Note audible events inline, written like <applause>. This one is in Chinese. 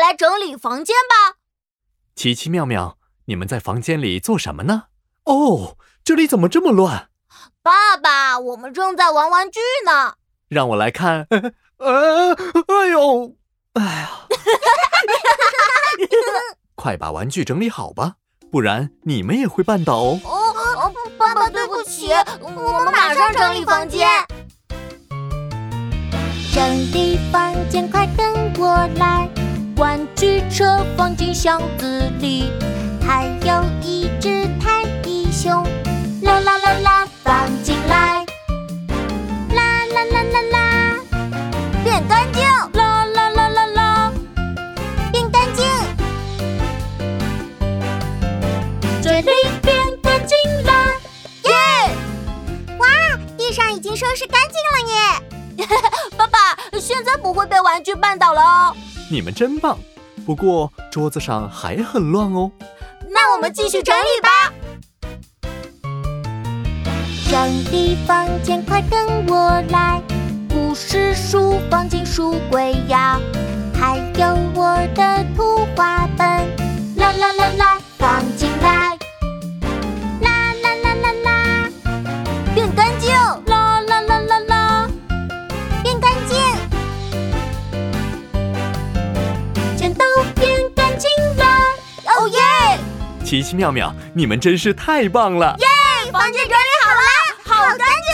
来整理房间吧。奇奇妙妙，你们在房间里做什么呢？哦，这里怎么这么乱？爸爸，我们正在玩玩具呢。让我来看。 <laughs> 呃，呃哎呦，哎呀！快把玩具整理好吧，不然你们也会绊倒哦。哦，哦爸爸，对不起，我们马上整理房间。整理房间，快跟过来！玩具车放进箱子里，还有一只泰迪熊，啦啦啦啦，放进来！啦啦啦啦啦，变干净，啦啦啦啦啦，变干净，这里变干净啦！哇，地上已经收拾干净了耶！ <laughs> 爸爸，现在不会被玩具绊倒了哦。你们真棒，不过桌子上还很乱哦。那我们继续整理吧。整理房间，快跟我来！故事书放进书柜呀，还有我的图画本，啦啦啦啦，放进来！啦啦啦啦啦，变干净，啦啦啦啦啦，变干净，全都变干净啦！哦耶！奇奇妙妙，你们真是太棒了！房间整理好了，好干净。啊